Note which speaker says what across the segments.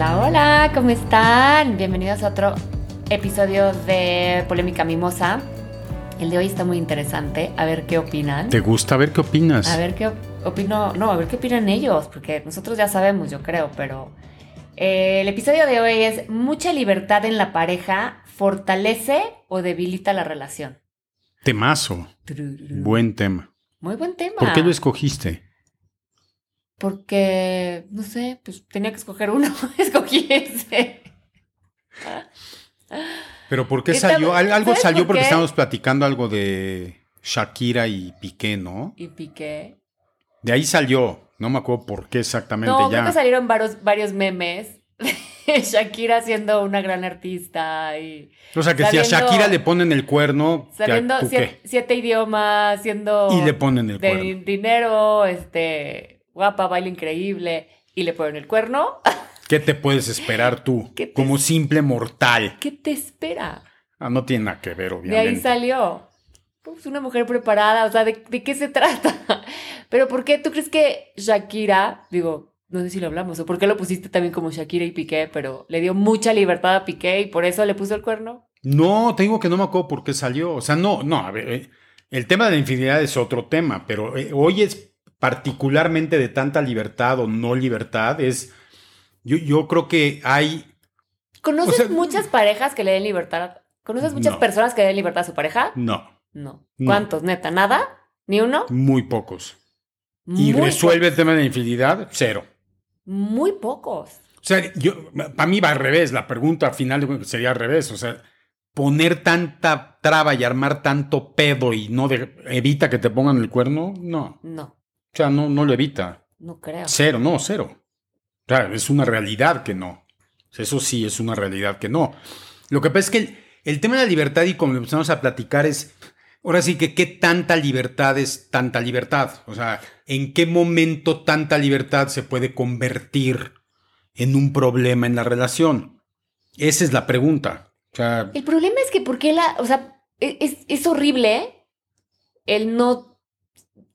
Speaker 1: Hola, ¿cómo están? Bienvenidos a otro episodio de Polémica Mimosa. El de hoy está muy interesante. A ver qué opinan.
Speaker 2: ¿Te gusta A ver qué opinas?
Speaker 1: A ver qué op- opino. No, a ver qué opinan ellos, porque nosotros ya sabemos, yo creo, pero. eh, el episodio de hoy es: ¿mucha libertad en la pareja fortalece o debilita la relación?
Speaker 2: Temazo.
Speaker 1: Tururú.
Speaker 2: Buen tema.
Speaker 1: Muy buen tema.
Speaker 2: ¿Por qué lo escogiste?
Speaker 1: Porque, no sé, pues tenía que escoger uno. Escogí ese.
Speaker 2: Pero ¿por qué
Speaker 1: Estaba-
Speaker 2: salió? Al- Algo
Speaker 1: ¿sabes
Speaker 2: salió
Speaker 1: por
Speaker 2: porque
Speaker 1: qué?
Speaker 2: estábamos platicando algo de Shakira y Piqué, ¿no?
Speaker 1: Y piqué.
Speaker 2: De ahí salió. No me acuerdo por qué exactamente
Speaker 1: No, creo
Speaker 2: ya.
Speaker 1: que salieron varios, varios memes. de Shakira siendo una gran artista y
Speaker 2: O sea, que si a
Speaker 1: saliendo-
Speaker 2: Shakira le ponen el cuerno, ya,
Speaker 1: sabiendo
Speaker 2: ¿tú
Speaker 1: sie- siete,
Speaker 2: qué?
Speaker 1: idiomas, siendo
Speaker 2: Y le ponen el
Speaker 1: de
Speaker 2: cuerno.
Speaker 1: dinero, este, guapa, baila increíble y le ponen el cuerno.
Speaker 2: ¿Qué te puedes esperar tú
Speaker 1: ¿Qué te-
Speaker 2: como simple mortal?
Speaker 1: ¿Qué te espera?
Speaker 2: Ah, no tiene nada que ver,
Speaker 1: De ahí
Speaker 2: obviamente.
Speaker 1: salió. Pues una mujer preparada, o sea, ¿de, de qué se trata? Pero ¿por qué tú crees que Shakira, digo, no sé si lo hablamos, o por qué lo pusiste también como Shakira y Piqué, pero le dio mucha libertad a Piqué y por eso le puso el cuerno?
Speaker 2: No, te digo que no me acuerdo por qué salió. O sea, no, no, a ver, eh, el tema de la infidelidad es otro tema, pero eh, hoy es particularmente de tanta libertad o no libertad, es, yo, yo creo que hay,
Speaker 1: ¿Conoces
Speaker 2: O sea,
Speaker 1: muchas parejas que le den libertad? a- ¿Conoces muchas
Speaker 2: No.
Speaker 1: personas que le den libertad a su pareja?
Speaker 2: no,
Speaker 1: No.
Speaker 2: No.
Speaker 1: ¿Cuántos, neta? ¿Nada? ¿Ni uno?
Speaker 2: muy pocos. Y
Speaker 1: Muy
Speaker 2: resuelve el tema de la infidelidad, cero.
Speaker 1: po- muy pocos.
Speaker 2: O sea, yo, para mí va al revés, la pregunta final de cuentas sería al revés, o sea, poner tanta traba y armar tanto pedo y no de- evita que te pongan el cuerno, no,
Speaker 1: No,
Speaker 2: o sea, no, no lo evita.
Speaker 1: no creo.
Speaker 2: Cero, no, cero. Claro, es una realidad que no. O sea, Eso sí es una realidad que no. Lo que pasa es que el, el tema de la libertad y como empezamos a platicar es, ahora sí que qué tanta libertad es tanta libertad. O sea, ¿en qué momento tanta libertad se puede convertir en un problema en la relación? Esa es la pregunta. O sea,
Speaker 1: El problema es que porque la, o sea, e- es, es horrible el no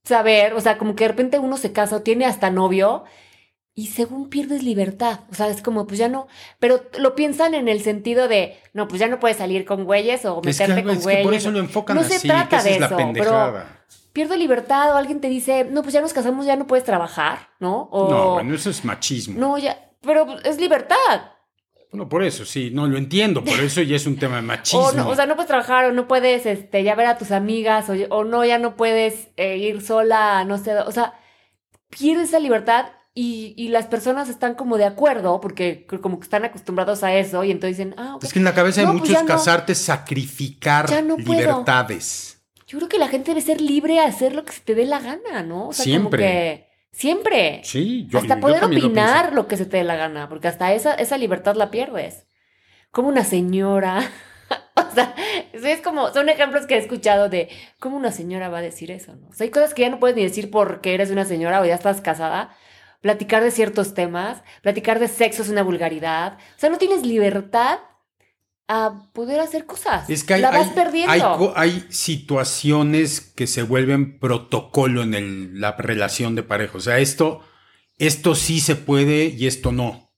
Speaker 1: saber, o sea, como que de repente uno se casa o tiene hasta novio y según pierdes libertad, o sea, es como, pues ya no, pero lo piensan en el sentido de, no, pues ya no puedes salir con güeyes o
Speaker 2: es
Speaker 1: meterte
Speaker 2: que,
Speaker 1: con
Speaker 2: es que
Speaker 1: güeyes.
Speaker 2: por eso lo enfocan
Speaker 1: No se
Speaker 2: así, que
Speaker 1: trata
Speaker 2: esa
Speaker 1: de
Speaker 2: es la
Speaker 1: eso, pero-
Speaker 2: pendejada.
Speaker 1: Pierdo libertad o alguien te dice, no, pues ya nos casamos, ya no puedes trabajar, ¿no? O,
Speaker 2: No, bueno, eso es machismo.
Speaker 1: no, ya, pero es libertad.
Speaker 2: Bueno, por eso, sí, no lo entiendo, por eso ya es un tema de machismo.
Speaker 1: O, no- o sea, no puedes trabajar o no puedes este, ya ver a tus amigas o, o no, ya no puedes eh, ir sola, no sé. O sea, pierdes esa libertad y, y las personas están como de acuerdo porque c- como que están acostumbrados a eso y entonces dicen, ah, ok.
Speaker 2: es que en la cabeza
Speaker 1: No,
Speaker 2: de
Speaker 1: pues
Speaker 2: muchos
Speaker 1: ya no.
Speaker 2: casarte es sacrificar
Speaker 1: Ya no puedo.
Speaker 2: libertades.
Speaker 1: yo creo que la gente debe ser libre a hacer lo que se te dé la gana, ¿no? O sea, Como
Speaker 2: Siempre.
Speaker 1: que, siempre.
Speaker 2: Sí, yo
Speaker 1: hasta
Speaker 2: yo
Speaker 1: poder
Speaker 2: también lo
Speaker 1: opinar
Speaker 2: pienso.
Speaker 1: lo, que se te dé la gana, porque hasta esa, esa libertad la pierdes. Como una señora. o sea, sí es como, son ejemplos que he escuchado de cómo una señora va a decir eso, ¿no? O sea, hay cosas que ya no puedes ni decir porque eres una señora o ya estás casada. Platicar de ciertos temas, platicar de sexo es una vulgaridad. O sea, no tienes libertad a poder hacer cosas.
Speaker 2: Es que hay,
Speaker 1: la vas
Speaker 2: hay-
Speaker 1: perdiendo.
Speaker 2: hay co- hay situaciones que se vuelven protocolo en el- la relación de pareja. O sea, esto, esto sí se puede y esto no,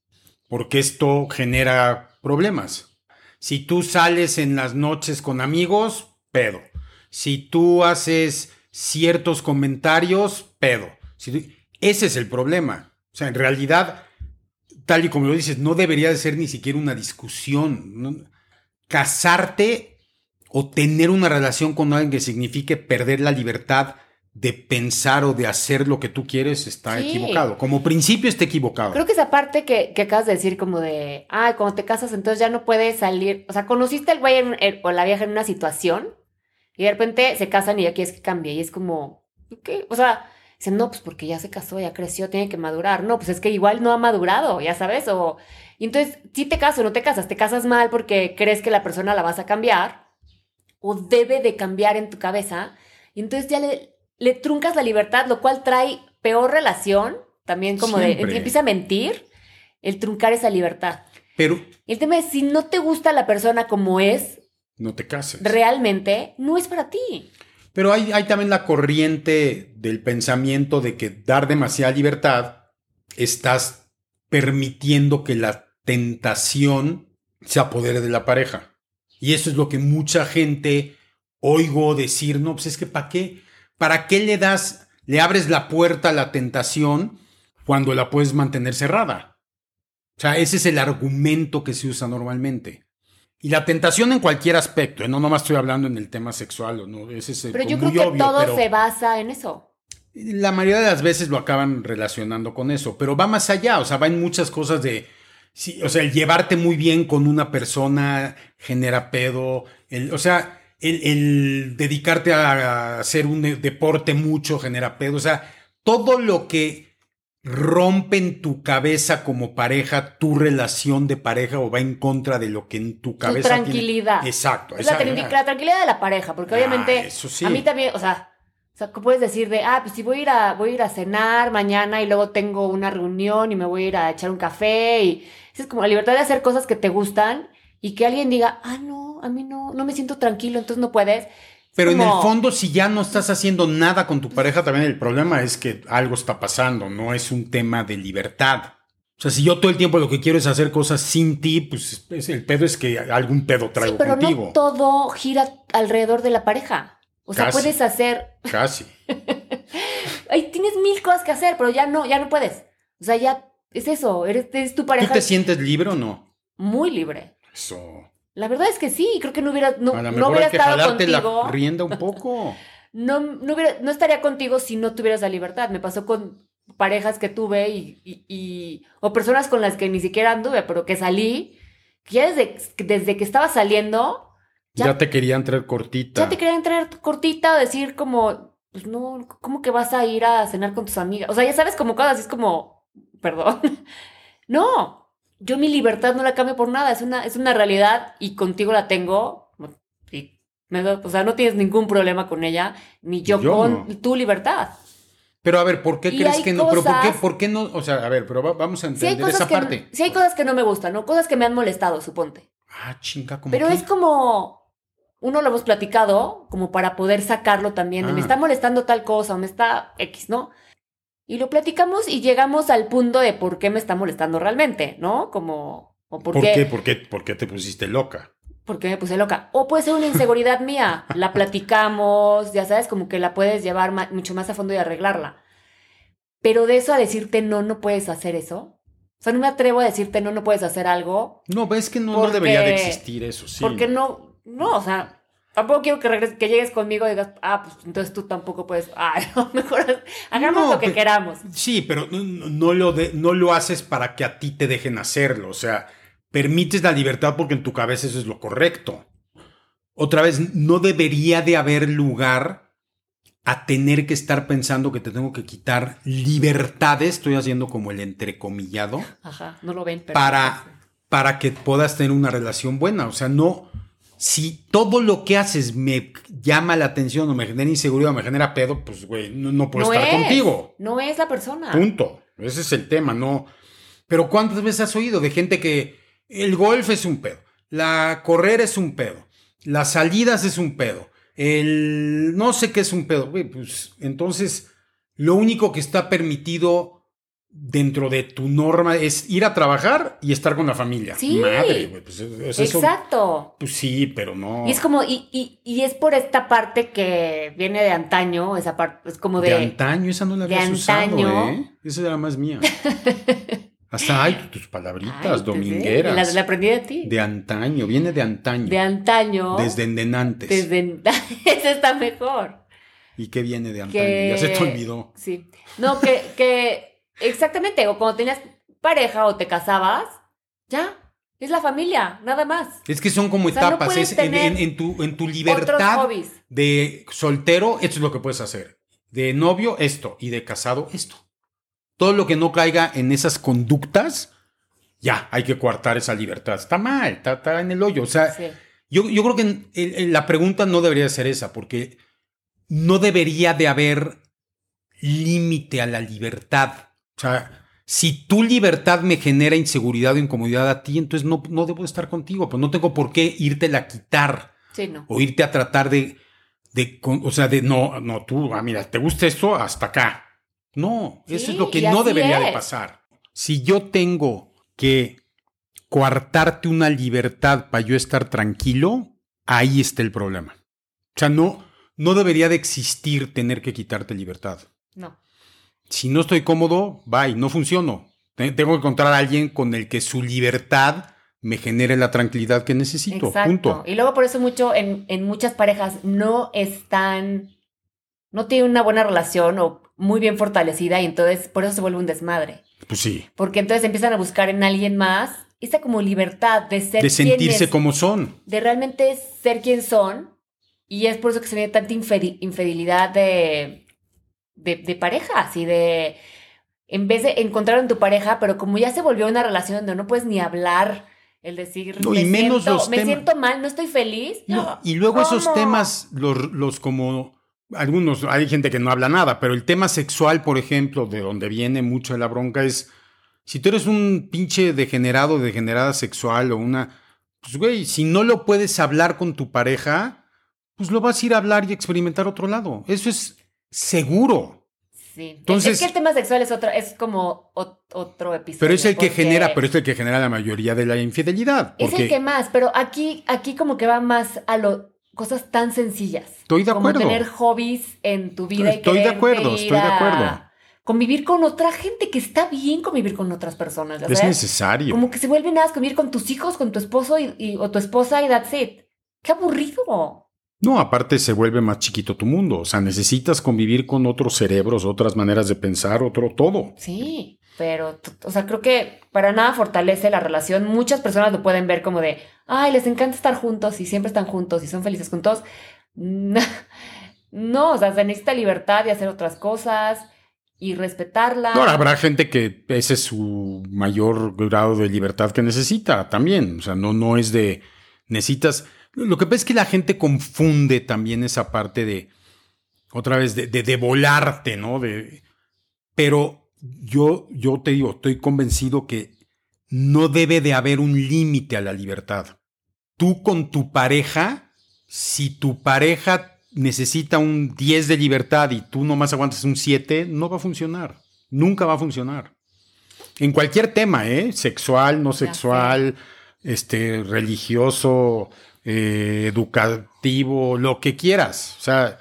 Speaker 2: porque esto genera problemas. Si tú sales en las noches con amigos, pedo. Si tú haces ciertos comentarios, pedo. Si tú- ese es el problema. O sea, en realidad, tal y como lo dices, no debería de ser ni siquiera una discusión. ¿no? Casarte o tener una relación con alguien que signifique perder la libertad de pensar o de hacer lo que tú quieres está
Speaker 1: Sí.
Speaker 2: equivocado. Como principio está equivocado.
Speaker 1: Creo que esa parte que, que acabas de decir, como de, ah, cuando te casas, entonces ya no puedes salir. O sea, conociste al güey en- en- o la vieja en una situación y de repente se casan y ya quieres que cambie. Y es como, ¿qué? O sea, dicen, no, pues porque ya se casó, ya creció, tiene que madurar. No, pues es que igual no ha madurado, ya sabes. O, y entonces, si te casas o no te casas, te casas mal porque crees que la persona la vas a cambiar o debe de cambiar en tu cabeza. Y entonces ya le, le truncas la libertad, lo cual trae peor relación. También como de
Speaker 2: Siempre.
Speaker 1: empieza a mentir, el truncar esa libertad.
Speaker 2: Pero
Speaker 1: Y el tema es, si no te gusta la persona como es
Speaker 2: no te cases.
Speaker 1: realmente, no es para ti.
Speaker 2: Pero hay, hay también la corriente del pensamiento de que dar demasiada libertad estás permitiendo que la tentación se apodere de la pareja. Y eso es lo que mucha gente oigo decir, no, pues es que ¿para qué? ¿Para qué le das, le abres la puerta a la tentación cuando la puedes mantener cerrada? O sea, ese es el argumento que se usa normalmente. Y la tentación en cualquier aspecto, ¿eh? no nomás estoy hablando en el tema sexual, o ¿no? Ese es
Speaker 1: Pero
Speaker 2: como
Speaker 1: yo creo
Speaker 2: muy
Speaker 1: que
Speaker 2: obvio,
Speaker 1: todo
Speaker 2: pero-
Speaker 1: se basa en eso.
Speaker 2: la mayoría de las veces lo acaban relacionando con eso, pero va más allá, o sea, va en muchas cosas de, sí, o sea, el llevarte muy bien con una persona genera pedo, el- o sea, el, el dedicarte a, hacer un de- deporte mucho genera pedo, o sea, todo lo que rompe en tu cabeza como pareja tu relación de pareja o va en contra de lo que en tu cabeza tiene-
Speaker 1: tranquilidad.
Speaker 2: Exacto,
Speaker 1: Es la,
Speaker 2: esa-
Speaker 1: tranqui- la tranquilidad de la pareja, porque
Speaker 2: Pues Ah,
Speaker 1: obviamente
Speaker 2: eso sí.
Speaker 1: a mí también, o sea, o sea, ¿qué puedes decir de, ah, pues si voy a ir a, voy a ir a cenar mañana y luego tengo una reunión y me voy a ir a echar un café y es como la libertad de hacer cosas que te gustan y que alguien diga, ah, no, a mí no, no me siento tranquilo, entonces no puedes. Es
Speaker 2: Pero en
Speaker 1: como-
Speaker 2: el fondo, si ya no estás haciendo nada con tu pareja, también el problema es que algo está pasando, no es un tema de libertad. O sea, si yo todo el tiempo lo que quiero es hacer cosas sin ti, pues es- el pedo es que algún pedo traigo
Speaker 1: sí, pero
Speaker 2: contigo.
Speaker 1: no todo gira alrededor de la pareja. O sea,
Speaker 2: Casi.
Speaker 1: puedes hacer,
Speaker 2: Casi.
Speaker 1: ay, tienes mil cosas que hacer, pero ya no, ya no puedes. O sea, ya es eso, eres, es tu
Speaker 2: ¿Tú
Speaker 1: pareja
Speaker 2: te sientes libre o no?
Speaker 1: muy libre.
Speaker 2: Eso.
Speaker 1: La verdad es que sí, creo que no hubiera, no,
Speaker 2: A lo
Speaker 1: no
Speaker 2: mejor
Speaker 1: hubiera
Speaker 2: hay que
Speaker 1: estado
Speaker 2: jalarte
Speaker 1: contigo.
Speaker 2: la rienda un poco.
Speaker 1: No, no, hubiera- no estaría contigo si no tuvieras la libertad. Me pasó con parejas que tuve y, y- y- o personas con las que ni siquiera anduve, pero que salí, que ya desde, desde que estaba saliendo, Ya-
Speaker 2: ya, te querían traer cortita.
Speaker 1: ya te querían entrar cortita o decir como, pues no, ¿cómo que vas a ir a cenar con tus amigas? O sea, ya sabes como cosas, es como, perdón. No, yo mi libertad no la cambio por nada, es una, es una realidad y contigo la tengo. Y me do- o sea, no tienes ningún problema con ella, ni yo,
Speaker 2: Yo
Speaker 1: con
Speaker 2: no.
Speaker 1: tu libertad.
Speaker 2: Pero a ver, ¿por qué
Speaker 1: Y
Speaker 2: crees
Speaker 1: hay
Speaker 2: que no? Pero ¿por qué,
Speaker 1: cosas-
Speaker 2: por qué no? O sea, a ver, pero va- vamos a
Speaker 1: Si hay,
Speaker 2: entender
Speaker 1: cosas
Speaker 2: esa
Speaker 1: que,
Speaker 2: parte.
Speaker 1: sí hay cosas que no me gustan, ¿no? Cosas que me han molestado, suponte.
Speaker 2: Ah, chinga, como
Speaker 1: Pero es como, uno lo hemos platicado como para poder sacarlo también, de me
Speaker 2: Ah.
Speaker 1: está molestando tal cosa, o me está X, ¿no? Y lo platicamos y llegamos al punto de por qué me está molestando realmente, ¿no? Como, o por,
Speaker 2: ¿Por
Speaker 1: qué,
Speaker 2: qué? ¿Por qué? ¿Por qué te pusiste loca?
Speaker 1: por qué me puse loca. O puede ser una inseguridad mía, la platicamos, ya sabes, como que la puedes llevar ma- mucho más a fondo y arreglarla. Pero de eso a decirte no, no puedes hacer eso. O sea, no me atrevo a decirte no, no puedes hacer algo
Speaker 2: No, ves que no, no
Speaker 1: Porque-
Speaker 2: debería de existir eso, sí.
Speaker 1: Porque no, no, o sea, tampoco quiero que regreses, que llegues conmigo y digas, ah, pues entonces tú tampoco puedes, ah, no, mejor hagamos
Speaker 2: No,
Speaker 1: lo que
Speaker 2: pues-
Speaker 1: queramos.
Speaker 2: Sí, pero no, no- no lo de- no lo haces para que a ti te dejen hacerlo. O sea, permites la libertad porque en tu cabeza eso es lo correcto. Otra vez, no debería de haber lugar a tener que estar pensando que te tengo que quitar libertades, estoy haciendo como el entrecomillado,
Speaker 1: Ajá, no lo ven, pero.
Speaker 2: para, para que puedas tener una relación buena. O sea, no. Si todo lo que haces me llama la atención o me genera inseguridad o me genera pedo, pues, güey, no, no puedo estar
Speaker 1: es,
Speaker 2: contigo.
Speaker 1: No es la persona.
Speaker 2: Punto. Ese es el tema, ¿no? Pero ¿cuántas veces has oído de gente que el golf es un pedo, la correr es un pedo, las salidas es un pedo, el no sé qué es un pedo? Güey, pues entonces lo único que está permitido dentro de tu norma es ir a trabajar y estar con la familia.
Speaker 1: Sí.
Speaker 2: Madre, güey, pues es- es eso.
Speaker 1: Exacto.
Speaker 2: Pues sí, pero no.
Speaker 1: Y es como, y, y, y es por esta parte que viene de antaño, esa parte, es como
Speaker 2: de,
Speaker 1: de.
Speaker 2: antaño, esa no la
Speaker 1: de
Speaker 2: habías usado,
Speaker 1: antaño.
Speaker 2: ¿eh? Esa era más mía. Hasta hay tus palabritas
Speaker 1: Ay, pues,
Speaker 2: domingueras.
Speaker 1: eh, La, la aprendí de ti.
Speaker 2: De antaño, viene de antaño.
Speaker 1: De antaño.
Speaker 2: Desde endenantes.
Speaker 1: Desde. Esa está mejor.
Speaker 2: ¿Y qué viene de antaño?
Speaker 1: que-
Speaker 2: Ya se te olvidó.
Speaker 1: Sí. No, que, que exactamente, o cuando tenías pareja o te casabas, ya, es la familia, nada más.
Speaker 2: Es que son como
Speaker 1: O sea, no
Speaker 2: etapas.
Speaker 1: puedes
Speaker 2: es en,
Speaker 1: tener
Speaker 2: en- en tu, en tu
Speaker 1: Otros
Speaker 2: libertad
Speaker 1: hobbies.
Speaker 2: de soltero, esto es lo que puedes hacer. De novio, esto. Y de casado, esto. Todo lo que no caiga en esas conductas, ya, hay que coartar esa libertad. Está mal, está, está en el hoyo. O sea,
Speaker 1: Sí.
Speaker 2: Yo, yo creo que en- en- en la pregunta no debería ser esa, porque no debería de haber límite a la libertad. O sea, si tu libertad me genera inseguridad o incomodidad a ti, entonces no, no debo estar contigo, pues no tengo por qué irte a quitar
Speaker 1: Sí, no.
Speaker 2: o irte a tratar de, de con- o sea, de no, no, tú, ah, mira, te gusta esto hasta acá. No, eso
Speaker 1: Sí,
Speaker 2: es lo que
Speaker 1: y
Speaker 2: no
Speaker 1: así
Speaker 2: debería de
Speaker 1: es.
Speaker 2: pasar. Si yo tengo que coartarte una libertad para yo estar tranquilo, ahí está el problema. O sea, no, no debería de existir tener que quitarte libertad.
Speaker 1: No.
Speaker 2: Si no estoy cómodo, bye, no funciono. Te- Tengo que encontrar a alguien con el que su libertad me genere la tranquilidad que necesito.
Speaker 1: Exacto.
Speaker 2: Punto.
Speaker 1: Y luego por eso mucho en, en muchas parejas no están, no tienen una buena relación o muy bien fortalecida y entonces por eso se vuelve un desmadre.
Speaker 2: Pues sí.
Speaker 1: Porque entonces empiezan a buscar en alguien más esa como libertad de ser
Speaker 2: De
Speaker 1: quien
Speaker 2: sentirse
Speaker 1: es,
Speaker 2: como son.
Speaker 1: de realmente ser quien son y es por eso que se ve tanta infedi- infidelidad de, de, de parejas y de en vez de encontrar en tu pareja, pero como ya se volvió una relación donde no puedes ni hablar, el decir
Speaker 2: No,
Speaker 1: me,
Speaker 2: y menos
Speaker 1: siento,
Speaker 2: los
Speaker 1: me
Speaker 2: temas.
Speaker 1: siento mal, no estoy feliz.
Speaker 2: No, y luego esos
Speaker 1: ¿Cómo?
Speaker 2: temas, los, los como algunos, hay gente que no habla nada, pero el tema sexual, por ejemplo, de donde viene mucho la bronca es, si tú eres un pinche degenerado, degenerada sexual o una, pues güey, si no lo puedes hablar con tu pareja, pues lo vas a ir a hablar y experimentar otro lado. Eso es seguro,
Speaker 1: Sí.
Speaker 2: Entonces-
Speaker 1: es, es que el tema sexual es otro, es como ot- otro episodio.
Speaker 2: pero es el que
Speaker 1: porque
Speaker 2: genera, pero es el que genera la mayoría de la infidelidad.
Speaker 1: es el
Speaker 2: porque-
Speaker 1: que más, pero aquí, aquí como que va más a lo cosas tan sencillas.
Speaker 2: Estoy de
Speaker 1: como
Speaker 2: acuerdo.
Speaker 1: tener hobbies en tu vida. y
Speaker 2: Estoy de
Speaker 1: quererte
Speaker 2: acuerdo,
Speaker 1: ir
Speaker 2: estoy de
Speaker 1: a
Speaker 2: acuerdo.
Speaker 1: Convivir con otra gente, que está bien convivir con otras personas. ya
Speaker 2: es
Speaker 1: sabes.
Speaker 2: necesario.
Speaker 1: Como que se vuelve nada más convivir con tus hijos, con tu esposo y, y- o tu esposa y that's it. Qué aburrido.
Speaker 2: No, aparte se vuelve más chiquito tu mundo. O sea, necesitas convivir con otros cerebros, otras maneras de pensar, otro todo.
Speaker 1: Sí, pero, t- o sea, creo que para nada fortalece la relación. Muchas personas lo pueden ver como de, ay, les encanta estar juntos y siempre están juntos y son felices juntos. No, no, o sea, se necesita libertad de hacer otras cosas y respetarla.
Speaker 2: Ahora, habrá gente que ese es su mayor grado de libertad que necesita también. O sea, no, no es de necesitas. Lo que pasa es que la gente confunde también esa parte de, otra vez, de, de, de volarte, ¿no? De, pero yo, yo te digo, estoy convencido que no debe de haber un límite a la libertad. Tú con tu pareja, si tu pareja necesita un 10 de libertad y tú nomás aguantas un 7, no va a funcionar. Nunca va a funcionar. En cualquier tema, ¿eh? Sexual, no
Speaker 1: sé.
Speaker 2: sexual, este, religioso, eh, educativo, lo que quieras. O sea,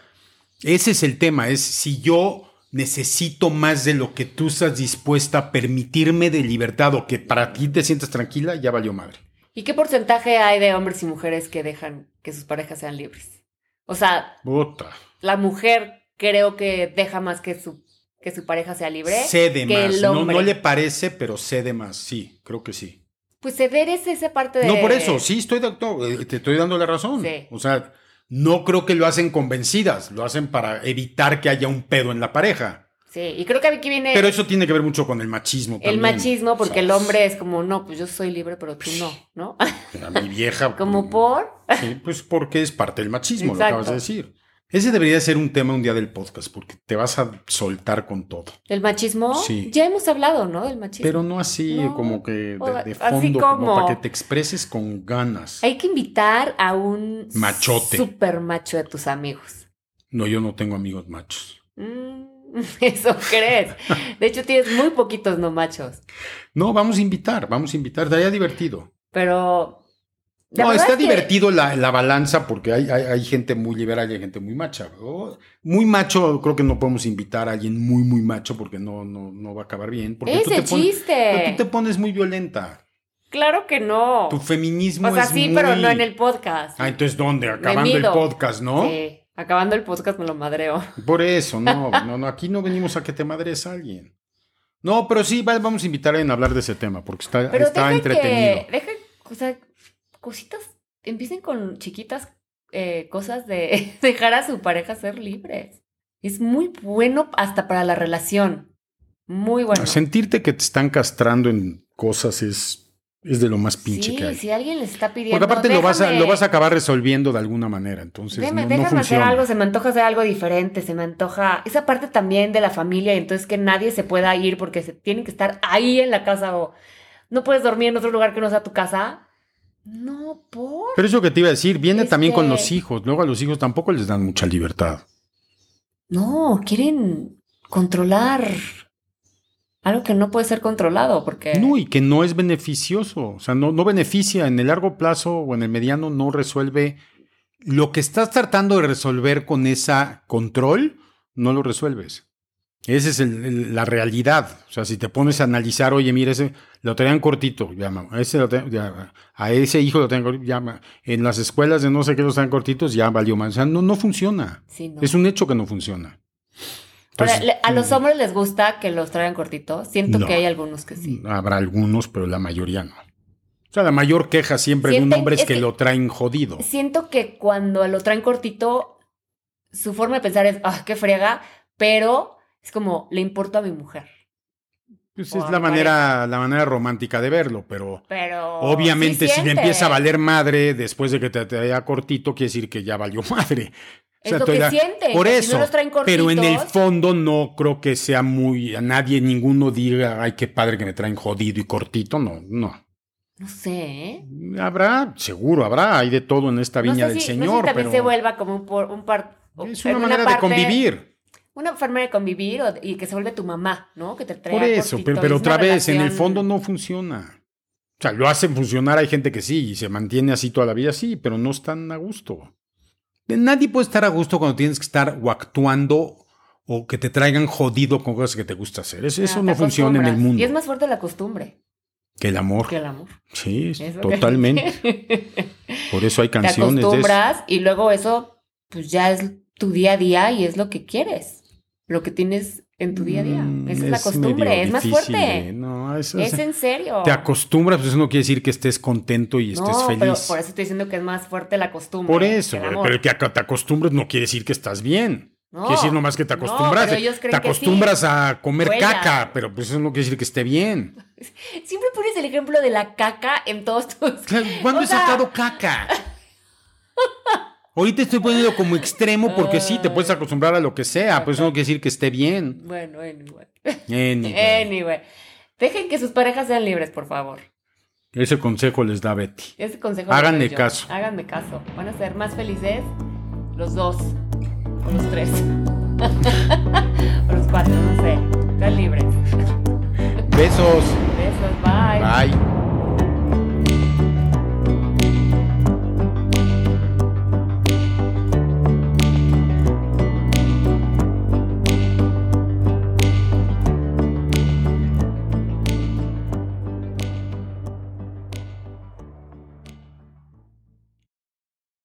Speaker 2: ese es el tema, es si yo necesito más de lo que tú estás dispuesta a permitirme de libertad o que para ti te sientas tranquila, ya valió madre.
Speaker 1: ¿Y qué porcentaje hay de hombres y mujeres que dejan que sus parejas sean libres? O sea,
Speaker 2: Puta.
Speaker 1: la mujer creo que deja más que su, que su pareja sea libre.
Speaker 2: Cede
Speaker 1: que
Speaker 2: más.
Speaker 1: el
Speaker 2: No, no
Speaker 1: hombre.
Speaker 2: le parece, pero cede más. Sí, creo que sí.
Speaker 1: Pues ceder es esa parte de...
Speaker 2: No, por eso, sí, estoy de, no, eh, te estoy dando la razón.
Speaker 1: Pues, Sí.
Speaker 2: O sea, no creo que lo hacen convencidas, lo hacen para evitar que haya un pedo en la pareja.
Speaker 1: Sí, y creo que aquí viene...
Speaker 2: Pero eso tiene que ver mucho con el machismo.
Speaker 1: Eh, El
Speaker 2: también.
Speaker 1: machismo, porque el
Speaker 2: ¿Sabes?
Speaker 1: hombre es como, no, pues yo soy libre, pero tú no, ¿no?
Speaker 2: A mi vieja.
Speaker 1: como
Speaker 2: mm,
Speaker 1: por.
Speaker 2: Sí, pues porque es parte del machismo, lo
Speaker 1: Exacto.
Speaker 2: acabas de decir. Ese debería ser un tema un día del podcast, porque te vas a soltar con todo.
Speaker 1: El machismo,
Speaker 2: Sí.
Speaker 1: ya hemos hablado, ¿no? Del machismo.
Speaker 2: Pero no así,
Speaker 1: No,
Speaker 2: como que de,
Speaker 1: o
Speaker 2: de
Speaker 1: así
Speaker 2: fondo, como...
Speaker 1: como-
Speaker 2: para que te expreses con ganas.
Speaker 1: Hay que invitar a un.
Speaker 2: Machote.
Speaker 1: Super macho de tus amigos.
Speaker 2: No, yo no tengo amigos machos.
Speaker 1: Mm, eso crees. De hecho, tienes muy poquitos no machos.
Speaker 2: No, vamos a invitar, vamos a invitar, estaría divertido.
Speaker 1: Pero. la
Speaker 2: no,
Speaker 1: verdad
Speaker 2: está
Speaker 1: es que-
Speaker 2: divertido la, la balanza porque hay, hay- hay gente muy liberal y hay gente muy macha. O- Muy macho, creo que no podemos invitar a alguien muy, muy macho porque no, no, no va a acabar bien. Porque
Speaker 1: Es
Speaker 2: tú te
Speaker 1: de
Speaker 2: pones-
Speaker 1: chiste.
Speaker 2: tú te pones muy violenta.
Speaker 1: Claro que no.
Speaker 2: Tu feminismo
Speaker 1: O sea,
Speaker 2: es
Speaker 1: sí,
Speaker 2: muy-
Speaker 1: pero no en el podcast.
Speaker 2: Ah, entonces, ¿dónde? Acabando el
Speaker 1: mido.
Speaker 2: podcast, ¿no?
Speaker 1: Sí. Acabando el podcast me lo madreo.
Speaker 2: Por eso, no, no, no, aquí no venimos a que te madres a alguien. No, pero sí, va- vamos a invitar a alguien a hablar de ese tema, porque está,
Speaker 1: Pero
Speaker 2: está
Speaker 1: deja
Speaker 2: entretenido.
Speaker 1: Que, deja, o sea, cositas, empiecen con chiquitas eh, cosas de dejar a su pareja ser libres. Es muy bueno hasta para la relación. Muy bueno.
Speaker 2: Sentirte que te están castrando en cosas es, es de lo más pinche
Speaker 1: Sí,
Speaker 2: que hay.
Speaker 1: si alguien le está pidiendo.
Speaker 2: porque aparte lo vas, a,
Speaker 1: "Déjame-
Speaker 2: lo vas a acabar resolviendo de alguna manera, entonces
Speaker 1: déjame-
Speaker 2: no, no
Speaker 1: déjame hacer
Speaker 2: funciona.
Speaker 1: algo, se me antoja hacer algo diferente, se me antoja. Esa parte también de la familia, y entonces que nadie se pueda ir porque se tienen que estar ahí en la casa o no puedes dormir en otro lugar que no sea tu casa. No, por.
Speaker 2: Pero eso que te iba a decir, viene
Speaker 1: Es
Speaker 2: también con
Speaker 1: que-
Speaker 2: los hijos. Luego a los hijos tampoco les dan mucha libertad.
Speaker 1: No, quieren controlar Algo que no puede ser controlado porque...
Speaker 2: No, y que no es beneficioso, o sea, no, no beneficia en el largo plazo o en el mediano, no resuelve lo que estás tratando de resolver con esa control, no lo resuelves. Esa es el- el- la realidad. O sea, si te pones a analizar, oye, mira, ese lo tenían cortito, ya, ma- ese lo te- ya, a ese hijo lo tenían cortito, ya, ma- en las escuelas de no sé qué los tenían cortitos, ya valió más. O sea, no, no funciona.
Speaker 1: Sí, no.
Speaker 2: Es un hecho que no funciona.
Speaker 1: Ahora,
Speaker 2: Entonces, eh,
Speaker 1: le- a los hombres les gusta que los traigan cortitos. Siento
Speaker 2: No.
Speaker 1: que hay algunos que sí.
Speaker 2: Habrá algunos, pero la mayoría no. O sea, la mayor queja siempre de un
Speaker 1: Sienten-
Speaker 2: hombre es
Speaker 1: es
Speaker 2: que
Speaker 1: que-
Speaker 2: lo traen jodido.
Speaker 1: Siento que cuando lo traen cortito, su forma de pensar es, ah, qué frega, pero es como, le importa a mi mujer.
Speaker 2: Pues
Speaker 1: o
Speaker 2: es
Speaker 1: a
Speaker 2: la
Speaker 1: mi
Speaker 2: manera, la manera romántica de verlo, pero
Speaker 1: Pero...
Speaker 2: obviamente
Speaker 1: Oh, sí
Speaker 2: si le
Speaker 1: siente.
Speaker 2: empieza a valer madre después de que te traía cortito, quiere decir que ya valió madre.
Speaker 1: Es lo
Speaker 2: estoy
Speaker 1: que
Speaker 2: de-
Speaker 1: sienten,
Speaker 2: Por
Speaker 1: que si
Speaker 2: eso.
Speaker 1: no los traen
Speaker 2: pero en el
Speaker 1: cortitos-
Speaker 2: fondo no creo que sea muy. A nadie, ninguno diga, ay, qué padre que me traen jodido y cortito. No, no.
Speaker 1: No sé, ¿eh?
Speaker 2: Habrá, seguro habrá, hay de todo en esta
Speaker 1: no sé
Speaker 2: viña del
Speaker 1: si, no sé si
Speaker 2: Señor,
Speaker 1: también
Speaker 2: pero
Speaker 1: se vuelva como un, por, un par... o-
Speaker 2: es una
Speaker 1: en
Speaker 2: manera de
Speaker 1: parte-
Speaker 2: convivir.
Speaker 1: Una forma de convivir o- y que se vuelve tu mamá, ¿no? Que te traiga
Speaker 2: Por eso,
Speaker 1: cortito,
Speaker 2: pero,
Speaker 1: y
Speaker 2: pero
Speaker 1: es
Speaker 2: otra
Speaker 1: una
Speaker 2: vez, en el
Speaker 1: relación-
Speaker 2: fondo no funciona. O sea, lo hacen funcionar, hay gente que sí, y se mantiene así toda la vida, sí, pero no están a gusto. De- Nadie puede estar a gusto cuando tienes que estar o actuando o que te traigan jodido con cosas que te gusta hacer. Eso,
Speaker 1: Ah,
Speaker 2: eso
Speaker 1: te
Speaker 2: no funciona en el
Speaker 1: acostumbras.
Speaker 2: mundo.
Speaker 1: Y es más fuerte la costumbre
Speaker 2: que el amor.
Speaker 1: que el amor.
Speaker 2: sí, es-
Speaker 1: Es lo que-
Speaker 2: totalmente. Por eso hay
Speaker 1: te
Speaker 2: canciones de eso.
Speaker 1: acostumbras y luego eso, pues ya es tu día a día y es lo que quieres, lo que tienes en tu día a día.
Speaker 2: Mm,
Speaker 1: Esa es la costumbre,
Speaker 2: medio
Speaker 1: es más
Speaker 2: difícil, eh,
Speaker 1: fuerte.
Speaker 2: No, eso
Speaker 1: Es
Speaker 2: es-
Speaker 1: en serio.
Speaker 2: te acostumbras, pues eso no quiere decir que estés contento y estés
Speaker 1: no,
Speaker 2: feliz.
Speaker 1: pero por eso estoy diciendo que es más fuerte la costumbre.
Speaker 2: Por
Speaker 1: que
Speaker 2: eso,
Speaker 1: el
Speaker 2: güey,
Speaker 1: amor.
Speaker 2: pero el que ac- te acostumbres no quiere decir que estás bien.
Speaker 1: No,
Speaker 2: Quiere decir nomás que te
Speaker 1: no,
Speaker 2: acostumbras.
Speaker 1: pero ellos creen
Speaker 2: te
Speaker 1: que
Speaker 2: acostumbras a comer
Speaker 1: Huella.
Speaker 2: caca, pero pues eso no quiere decir que esté bien.
Speaker 1: sí. Siempre pones el ejemplo de la caca en todos tus.
Speaker 2: Claro, ¿Cuándo
Speaker 1: O
Speaker 2: he
Speaker 1: sea-
Speaker 2: sacado caca? Ahorita estoy poniendo como extremo porque sí, te puedes acostumbrar a lo que sea, pues eso no quiere decir que esté bien.
Speaker 1: Bueno, anyway.
Speaker 2: Anyway,
Speaker 1: Anyway. Dejen que sus parejas sean libres, por favor.
Speaker 2: Ese consejo les da Betty.
Speaker 1: Ese consejo. lo
Speaker 2: Háganle
Speaker 1: doy yo.
Speaker 2: caso.
Speaker 1: Háganme caso. Van a ser más felices los dos. O los tres. o los cuatro, no sé. Están libres.
Speaker 2: Besos.
Speaker 1: Besos,
Speaker 2: Bye.